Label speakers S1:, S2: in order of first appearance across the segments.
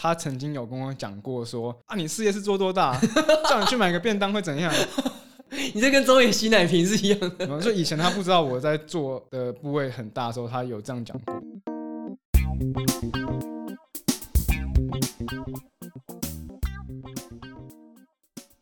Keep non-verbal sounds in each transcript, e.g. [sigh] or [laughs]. S1: 他曾经有跟我讲过说啊，你事业是做多大， [laughs] 叫你去买个便当会怎样？
S2: 你这跟中野洗奶瓶是一样的。
S1: 然后就以前他不知道我在做的部位很大的时候，他有这样讲过。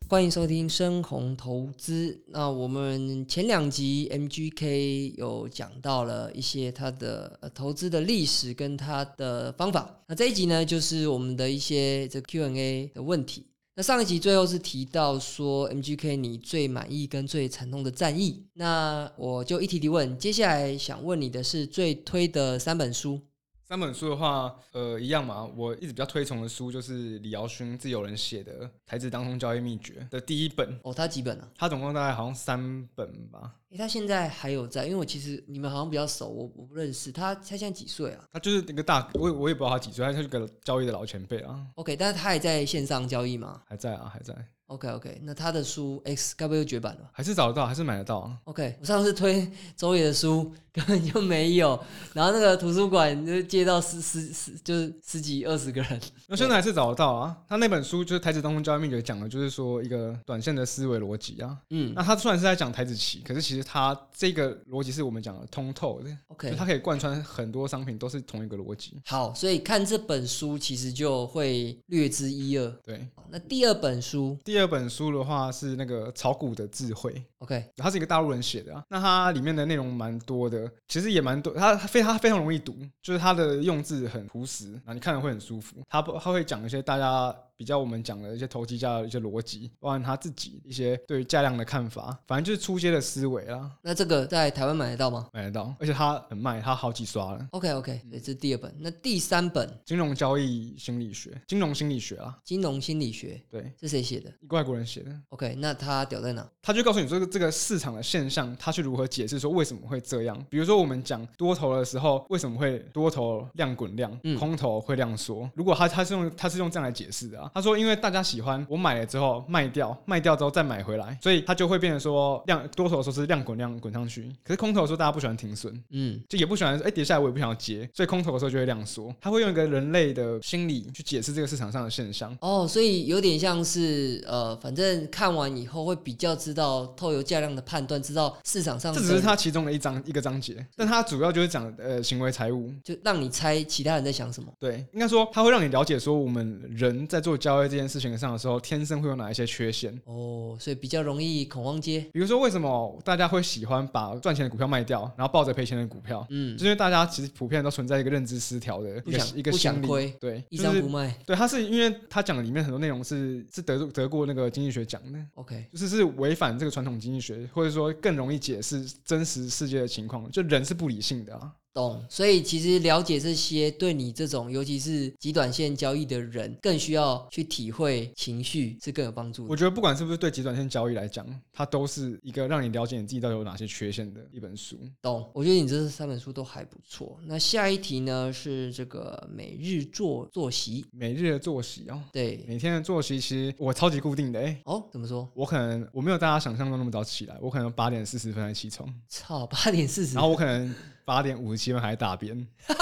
S2: 欢迎收听深红投资。那我们前两集 MGK 有讲到了一些他的、呃、投资的历史跟他的方法。那这一集呢，就是我们的一些这 Q&A 的问题。那上一集最后是提到说 MGK 你最满意跟最惨痛的战役，那我就一题提问。接下来想问你的是最推的三本书。
S1: 三本书的话，呃，一样嘛。我一直比较推崇的书就是李尧勋自由人写的《台子当中交易秘诀》的第一本，
S2: 哦，他几本啊？
S1: 他总共大概好像三本吧。
S2: 诶，他现在还有在，因为我其实你们好像比较熟，我我不认识他。他现在几岁啊
S1: 他就是那个大，我也我也不知道他几岁，他就是个交易的老前辈啊，
S2: ？OK，但是他也在线上交易吗
S1: 还在啊，还在，
S2: ？OK OK，那他的书 X 该不会又绝版了吧
S1: 还是找得到，还是买得到啊。
S2: ？OK，我上次推周野的书根本就没有，然后那个图书馆就借到十十十就是十几二十个人。
S1: 那现在还是找得到啊。他那本书就是《台子当中交易秘诀》，讲的就是说一个短线的思维逻辑啊。
S2: 嗯
S1: 那他虽然是在讲台子棋，可是其实他这个逻辑是我们讲的通透的，就
S2: ，OK，
S1: 它可以贯穿很多商品，都是同一个逻辑。
S2: 好，所以看这本书其实就会略知一二。
S1: 对，
S2: 好那第二本书
S1: 第二本书的话是那个《炒股的智慧》，
S2: ，OK，
S1: 它是一个大陆人写的啊。那它里面的内容蛮多的，其实也蛮多，它它非它非常容易读，就是它的用字很朴实，然后你看了会很舒服。它不它会讲一些大家比较我们讲的一些投机家的一些逻辑，包含他自己一些对于价量的看法，反正就是出街的思维啦，
S2: 那这个在台湾买得到吗
S1: 买得到。而且它很卖，它好几刷了。
S2: ？OK OK，对，这是第二本。那第三本《
S1: 金融交易心理学，金融心理学啊，
S2: 金融心理学
S1: 对》，
S2: 是谁写的
S1: 一个外国人写的。
S2: ？OK，那它屌在哪？
S1: 他就告诉你这个这个市场的现象，他去如何解释说为什么会这样。比如说我们讲多头的时候，为什么会多头量滚量
S2: 嗯，
S1: 空头会量缩？如果他他是用他是用这样来解释的啊，他说因为大家喜欢我买了之后卖掉，卖掉之后再买回来，所以他就会变成说量多头的时候是量滚量滚上去，可是空头的时候大家不喜欢停损。
S2: 嗯，
S1: 就也不喜欢，哎、跌下来我也不想要接，所以空头的时候就会量缩。他会用一个人类的心理去解释这个市场上的现象。
S2: 哦，所以有点像是呃，反正看完以后会比较知道透由价量的判断，知道市场上
S1: 这只是他其中的一章一个章节，但他主要就是讲呃行为财务，
S2: 就让你猜其他人在想什么。
S1: 对，应该说它会让你了解说我们人在做交易这件事情上的时候，天生会有哪一些缺陷。
S2: 哦，所以比较容易恐慌街。
S1: 比如说，为什么大家会喜欢把赚钱的股票卖掉，然后抱着赔钱的股票？
S2: 嗯
S1: 就，是因为大家其实普遍都存在一个认知失调的
S2: 不
S1: 一个
S2: 想
S1: 一个
S2: 不想
S1: 心理
S2: 亏，
S1: 对，
S2: 一
S1: 就
S2: 张
S1: 是
S2: 不卖。
S1: 对，它是因为它讲的里面很多内容是是得得过那个经济学奖的，
S2: OK，
S1: 就是是违反这个传统经济学，或者说更容易解释真实世界的情况。就人是不理性的啊，
S2: 懂。所以其实了解这些，对你这种尤其是极短线交易的人，更需要去体会情绪，是更有帮助的。
S1: 我觉得不管是不是对极短线交易来讲，它都是一个让你了解你自己到底有哪些缺陷的一本书。
S2: 懂，我觉得你这三本书都还不错。那下一题呢是这个每日作作息，
S1: 每日的作息哦，
S2: 对，
S1: 每天的作息其实我超级固定的哎、
S2: 哦，怎么说？
S1: 我可能我没有大家想象中那么早起来，我可能八点四十分才起床，
S2: 操，八点四十
S1: 然，后我可能八点五十七分还在大便。
S2: [laughs]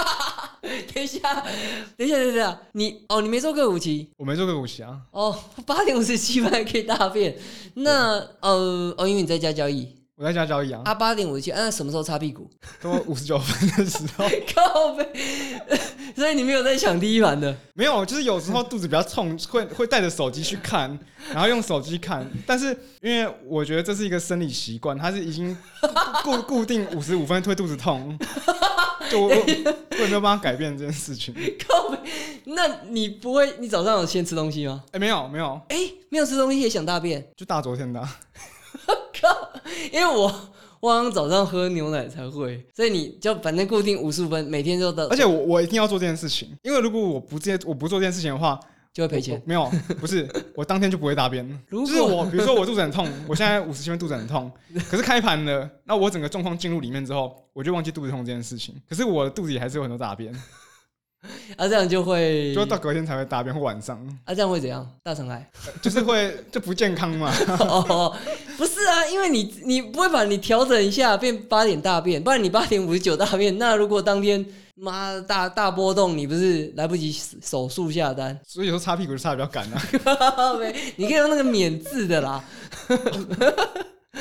S2: 等一下，等一下，等一下，你哦，你没做过五期
S1: 我没做过午息啊，
S2: 哦，八点五十七分还可以大便，那呃哦，因为你在家交易
S1: 我在家交易啊，
S2: 啊，八点五十七，啊那什么时候擦屁股？ [laughs]
S1: 都五十九分的时候
S2: 靠背， [laughs] 所以你没有在想第一盘的，
S1: 没有，就是有时候肚子比较痛， [laughs] 会会带着手机去看， [laughs] 然后用手机看。但是因为我觉得这是一个生理习惯，它是已经固 [laughs] 固固定五十五分会肚子痛， [laughs] 就我我我也没有办法改变这件事情。哎、
S2: 靠背，那你不会，你早上有先吃东西吗？
S1: 没有没有，
S2: 哎、没有吃东西也想大便，
S1: 就大昨天的啊、
S2: 靠，因为我我好像早上喝牛奶才会，所以你就反正固定五十五分，每天就到，
S1: 而且我我一定要做这件事情，因为如果我不这我不做这件事情的话，
S2: 就会赔
S1: 我
S2: 钱。
S1: 没有，不是，我当天就不会大便了。
S2: [laughs] 如果
S1: 就是我，比如说我肚子很痛，我现在五十七分肚子很痛，可是开盘了，那我整个状况进入里面之后，我就忘记肚子痛这件事情。可是我的肚子里还是有很多大便，
S2: 啊，这样就会，
S1: 就到隔天才会大便，或晚上，
S2: 啊，这样会怎样？大肠
S1: [laughs]
S2: 癌？
S1: 就是会就不健康嘛。 [laughs]
S2: 哦，不是啊，因为你你不会把你调整一下变八点大便，不然你八点五十九大便，那如果当天妈大大波动，你不是来不及手速下单？ [laughs]
S1: 所以有时候擦屁股就擦得比较赶啊。
S2: 没，你可以用那个免字的啦。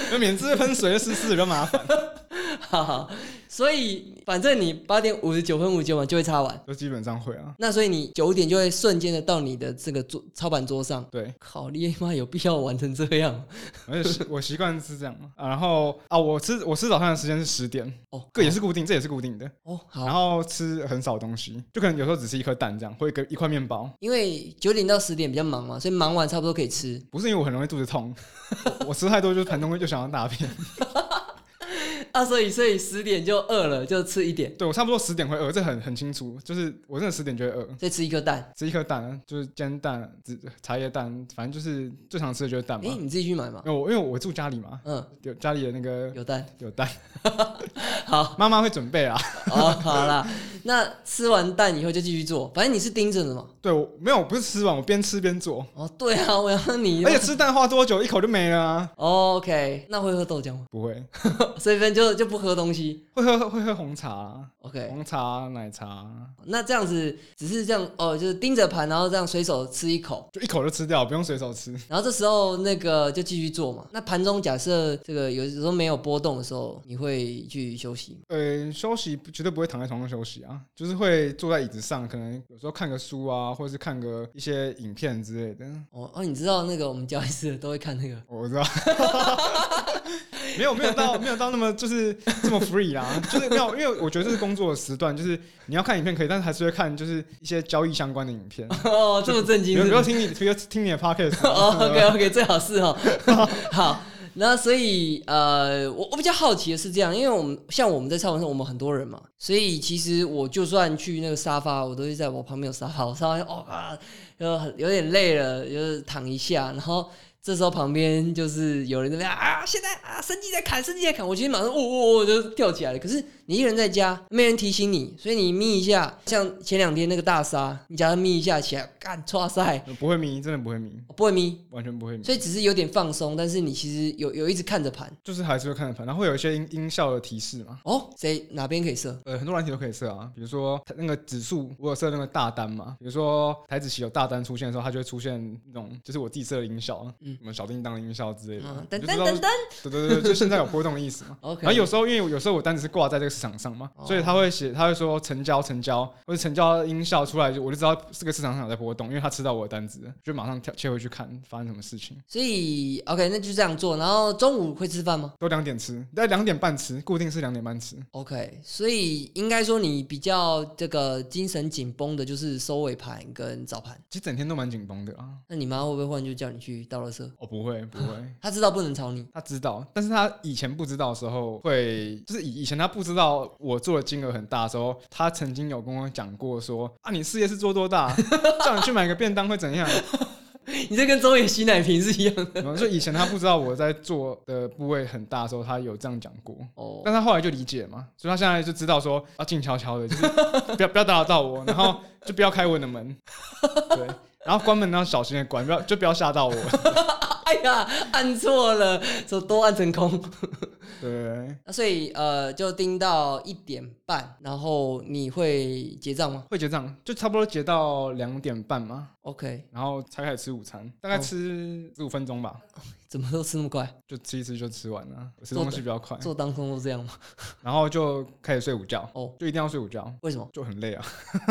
S1: 那免治喷水湿湿比较麻烦，
S2: 哈哈，所以反正你八点五十九分五九嘛就会擦完，
S1: 就基本上会啊。
S2: 那所以你九点就会瞬间的到你的这个桌操盘桌上。
S1: 对，
S2: 靠，你妈有必要玩成这样？
S1: 而且是我习惯是这样嘛。啊、然后啊，我吃我吃早餐的时间是十点，
S2: 哦，
S1: 这也是固定，这也是固定的。
S2: 哦
S1: 然
S2: 好，
S1: 后吃很少东西，就可能有时候只吃一颗蛋这样，或一个一块面包。
S2: 因为九点到十点比较忙嘛，所以忙完差不多可以吃。 [laughs]
S1: 不是因为我很容易肚子痛，我 [laughs] 我吃太多就是盘东西就想要大便。 [laughs]
S2: 啊，所以所以十点就饿了，就吃一点，
S1: 对我差不多十点会饿，这很很清楚，就是我真的十点就会饿。
S2: 再吃一颗蛋。
S1: 吃一颗蛋，啊就是煎蛋、紫茶叶蛋，反正就是最常吃的就是蛋
S2: 哎、
S1: 嘛。
S2: 你自己去买嘛
S1: 因。为我因为我住家里嘛，
S2: 嗯，
S1: 有家里的那个
S2: 有蛋。
S1: 有蛋，
S2: [laughs] 好，
S1: 妈妈会准备啊。
S2: 哦，好啦，那吃完蛋以后就继续做，反正你是盯着的嘛。
S1: 对，我没有，我不是吃完，我边吃边做，
S2: 哦，对啊，我要你。哦
S1: 而且吃蛋花多久，一口就没了、啊。
S2: OK，那会喝豆浆吗？ [laughs]
S1: 不会，
S2: 所以分就就不喝东西。
S1: 会喝会喝红茶啊、
S2: OK，
S1: 红茶啊、奶茶啊，
S2: 那这样子只是这样哦，就是盯着盘，然后这样随手吃一口，
S1: 就一口就吃掉，不用随手吃。
S2: 然后这时候那个就继续做嘛。那盘中假设这个有时候没有波动的时候，你会去休息吗
S1: 呃，休息不绝对不会躺在床上休息啊，就是会坐在椅子上，可能有时候看个书啊，或者是看个一些影片之类的。
S2: 哦哦，你知道那个我们交易师都会看那个 [laughs]
S1: 我知道， [laughs] 没有没有到没有到那么就是这么 free 啦，就是没有，因为我觉得这是工作的时段，就是你要看影片可以，但是还是会看就是一些交易相关的影片。
S2: 哦，这么震
S1: 比
S2: 惊
S1: 如比
S2: 是不
S1: 如
S2: 是？
S1: 听你，比如听你的 podcast，
S2: [laughs] 哦，OK
S1: [laughs]
S2: OK，最好是哦， [laughs] 好。那所以呃，我我比较好奇的是这样，因为我们像我们在操盘上，我们很多人嘛，所以其实我就算去那个沙发，我都会在我旁边有沙发，我沙发哦啊，就很有点累了，就是躺一下，然后这时候旁边就是有人在那边啊，现在啊，生气在砍，生气在砍，我其实马上哦哦哦就跳起来了。可是你一个人在家，没人提醒你，所以你眯一下，像前两天那个大杀，你假如眯一下起来，干抓塞，
S1: 不会迷，真的不会迷，
S2: 不会眯，
S1: 完全不会迷，
S2: 所以只是有点放松，但是你其实有有一直看着盘
S1: 就是还是会看盘，然后会有一些音音效的提示嘛。
S2: 哦，谁哪边可以设？
S1: 呃，很多软体都可以设啊，比如说它那个指数，我有设那个大单嘛，比如说台子期有大单出现的时候，它就会出现那种就是我自己设的音效啊，
S2: 嗯
S1: 什么小叮当的音效之类的，啊
S2: 嗯，
S1: 你
S2: 噔
S1: 就
S2: 噔
S1: 知道
S2: 噔
S1: 对
S2: 噔
S1: 对对，就现在有波动的意思嘛。
S2: [laughs] ，OK，
S1: 然后有时候，因为有时候我单子是挂在这个市场上嘛，
S2: 哦
S1: 所以他会写，他会说成交成交，或者成交的音效出来，就我就知道这个市场上有在波动，因为他吃到我的单子了，就马上跳切回去看发生什么事情。
S2: 所以 OK，那就这样做。然后中午会吃饭吗
S1: 都两点吃，在两点半吃，固定是两点半吃。
S2: ？OK，所以应该说你比较这个精神紧绷的就是收尾盘跟早盘。
S1: 其实整天都蛮紧绷的啊。
S2: 那你妈会不会忽然就叫你去倒垃圾？
S1: 哦，不会不会，
S2: 她知道不能吵你，
S1: 他知道，但是他以前不知道的时候会，就是以以前他不知道我做的金额很大的时候，他曾经有跟我讲过说啊，你事业是做多大，叫你去买个便当会怎样？
S2: [laughs]
S1: 啊
S2: 你这跟中野洗奶瓶是一样的
S1: 然后就以前他不知道我在做的部位很大的时候，他有这样讲过。
S2: [laughs] 哦。
S1: 但他后来就理解嘛，所以他现在就知道说要静悄悄的，就是 [laughs] 不要不要打扰到我，然后就不要开我的门，对，然后关门要小心的关，不要就不要吓到我，
S2: 哎呀，按错了，说都按成空。
S1: 对，
S2: 那所以呃，就盯到一点半，然后你会结账吗
S1: 会结账就差不多结到两点半嘛，
S2: ？OK，
S1: 然后才开始吃午餐，大概
S2: 哦
S1: 吃十五分钟吧，
S2: 怎么都吃那么快？
S1: 就吃一吃就吃完了，我吃
S2: 做
S1: 东西比较快，
S2: 做当空都这
S1: [laughs]
S2: 样吗？
S1: 然后就开始睡午觉，
S2: 哦，
S1: 就一定要睡午觉，？
S2: 为什么
S1: 就很累啊，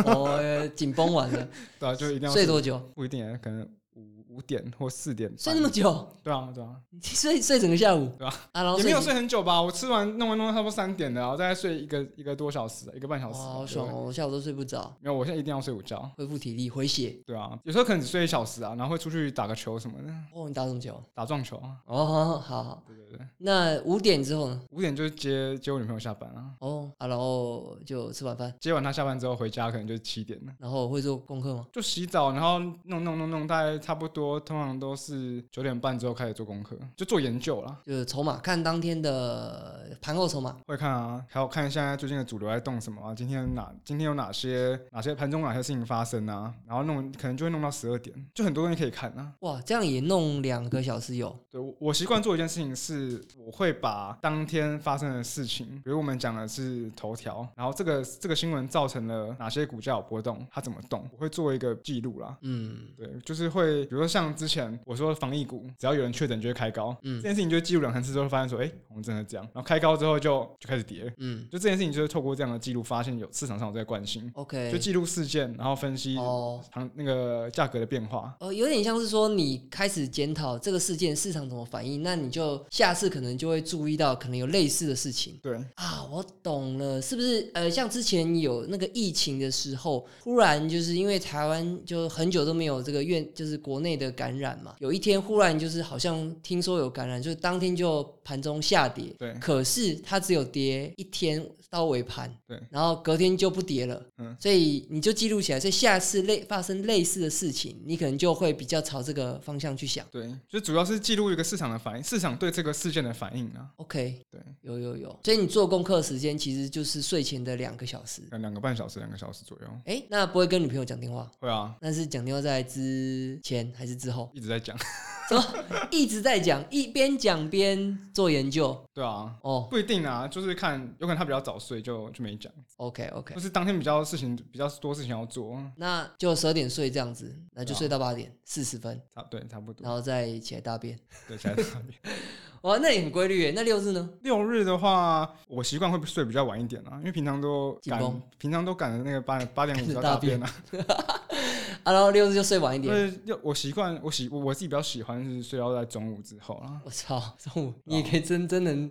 S2: 我、呃紧绷
S1: [laughs]
S2: 完了，
S1: 对啊，就一定要
S2: 睡多久？
S1: 不一定啊，可能五五点或四点半，
S2: 睡那么久？ [laughs]
S1: 对啊对啊，
S2: 你睡睡整个下午？
S1: 对啊
S2: 然后
S1: 也没有睡很久吧，我吃完弄完弄到差不多三点了，然后大概睡一个一个多小时，一个半小
S2: 哇，
S1: 时，
S2: 好
S1: 对
S2: 爽哦！我下午都睡不着，
S1: 没有，我现在一定要睡午觉，
S2: 恢复体力，回血。
S1: 对啊，有时候可能只睡一小时啊，然后会出去打个球什么的，
S2: 哦，你打什么球？
S1: 打撞球啊，
S2: 哦，好好好。
S1: 对对对，
S2: 那五点之后呢？
S1: 五点就接接我女朋友下班啊，
S2: 哦，啊，然后就吃晚饭，
S1: 接完她下班之后回家可能就七点了。
S2: 然后会做功课吗？
S1: 就洗澡，然后弄弄弄弄，大概差不多通常都是九点半之后开始做功课，就做研究啦。
S2: 就是筹码，看当天的盘后筹码。
S1: 会看啊，还有看现在最近的主流在动什么啊，今天哪今天有哪些啊哪些盘中哪些事情发生啊，然后弄可能就会弄到十二点，就很多东西可以看啊。
S2: 哇，这样也弄两个小时有。
S1: 对我我习惯做一件事情是，我会把当天发生的事情，比如我们讲的是头条，然后这个这个新闻造成了哪些股价有波动，它怎么动，我会做一个记录啦。
S2: 嗯，
S1: 对，就是会，比如说像之前我说防疫股，只要有人确诊就会开高，
S2: 嗯
S1: 这件事情就会记录两三次之后，发现说，哎、我们真的这样，然后开高之后就就开始跌了，
S2: 嗯
S1: 就这件事情就是透过这样的记录，发现有市场上有这个惯性，就
S2: ，OK。
S1: 记录事件，然后分析
S2: 哦，
S1: 行那个价格的变化。
S2: 呃，有点像是说你开始检讨这个事件市场怎么反应，那你就下次可能就会注意到可能有类似的事情。
S1: 对，
S2: 啊，我懂了，是不是？呃，像之前有那个疫情的时候，忽然就是因为台湾就很久都没有这个院，就是国内的感染嘛，有一天忽然就是好像听说有感染，就当天就盘中下跌，
S1: 对
S2: 可是它只有跌一天到尾盘，
S1: 对
S2: 然后隔天就不跌了，
S1: 嗯
S2: 所以你就记录起来，所以下次类发生类似的事情，你可能就会比较朝这个方向去想。
S1: 对，就主要是记录一个市场的反应，市场对这个事件的反应啊。
S2: OK，
S1: 对，
S2: 有有有，所以你做功课时间其实就是睡前的两个小时。
S1: 两两个半小时，两个小时左右。
S2: 哎，那不会跟女朋友讲电话？
S1: 会啊，
S2: 那是讲电话在之前还是之后？ [laughs]
S1: 一直在讲。
S2: 怎么一直在讲，一边讲边做研究？
S1: 对啊，
S2: 哦
S1: 不一定啊，就是看，有可能他比较早睡就，就没讲，
S2: ，OK OK，
S1: 或是当天比较事情比较多事情要做，
S2: 那就十二点睡这样子，那就
S1: 对啊
S2: 睡到八点四十分，
S1: 差对差不多。
S2: 然后再起来大便。
S1: 对，其他在那边。
S2: 哇，那也很规律耶。那六日呢？
S1: [laughs] 六日的话，我习惯会睡比较晚一点啊，因为平常都
S2: 紧绷
S1: 赶，平常都赶着那个
S2: [laughs]
S1: 八八点五
S2: 赶着
S1: 要
S2: 大
S1: 大便啊。
S2: 啊，然后六日就睡晚一
S1: 因
S2: 点。
S1: 为六我习惯，我喜我我自己比较喜欢是睡到在中午之后啊啦。
S2: 我操，中
S1: 哦
S2: 午你也可以真真能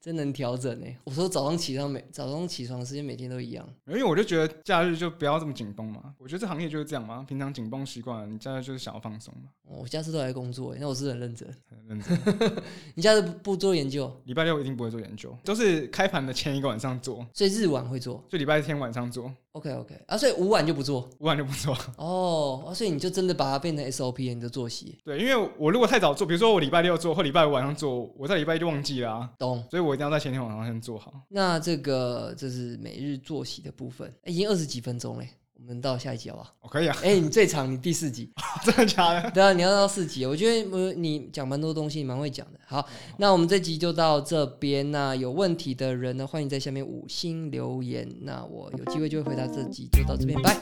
S2: 真能调整哎。我说早上起床每早上起床的时间每天都一样。
S1: 因为我就觉得假日就不要这么紧绷嘛，我觉得这行业就是这样嘛，平常紧绷习惯了，你假日就是想要放松嘛，
S2: 哦我下次都来工作耶，那我是不是很认真。
S1: 很认真。
S2: [laughs] 你下次不不做研究，
S1: 礼拜六一定不会做研究，都是开盘的前一个晚上做，
S2: 所以日晚会做。
S1: 就礼拜天晚上做，
S2: OK OK，啊，所以午晚就
S1: [laughs]
S2: 不做。
S1: 午晚就不做。
S2: 哦，啊所以你就真的把它变成 SOP 了你的作息，
S1: 对，因为我如果太早做，比如说我礼拜六做或礼拜五晚上做，我在礼拜一就忘记啦、
S2: 懂？
S1: 所以我一定要在前天晚上先做好。
S2: 那这个就是每日作息的部分，诶已经二十几分钟嘞，我们到下一集好不好？
S1: 哦，可以啊， [laughs]
S2: 哎、你最长，你第四集，
S1: 真的假的？
S2: 对啊，你要到四集，我觉得呃你讲蛮多东西，你蛮会讲的。好，那我们这集就到这边。那有问题的人呢，欢迎在下面五星留言。那我有机会就会回答这集，就到这边，拜。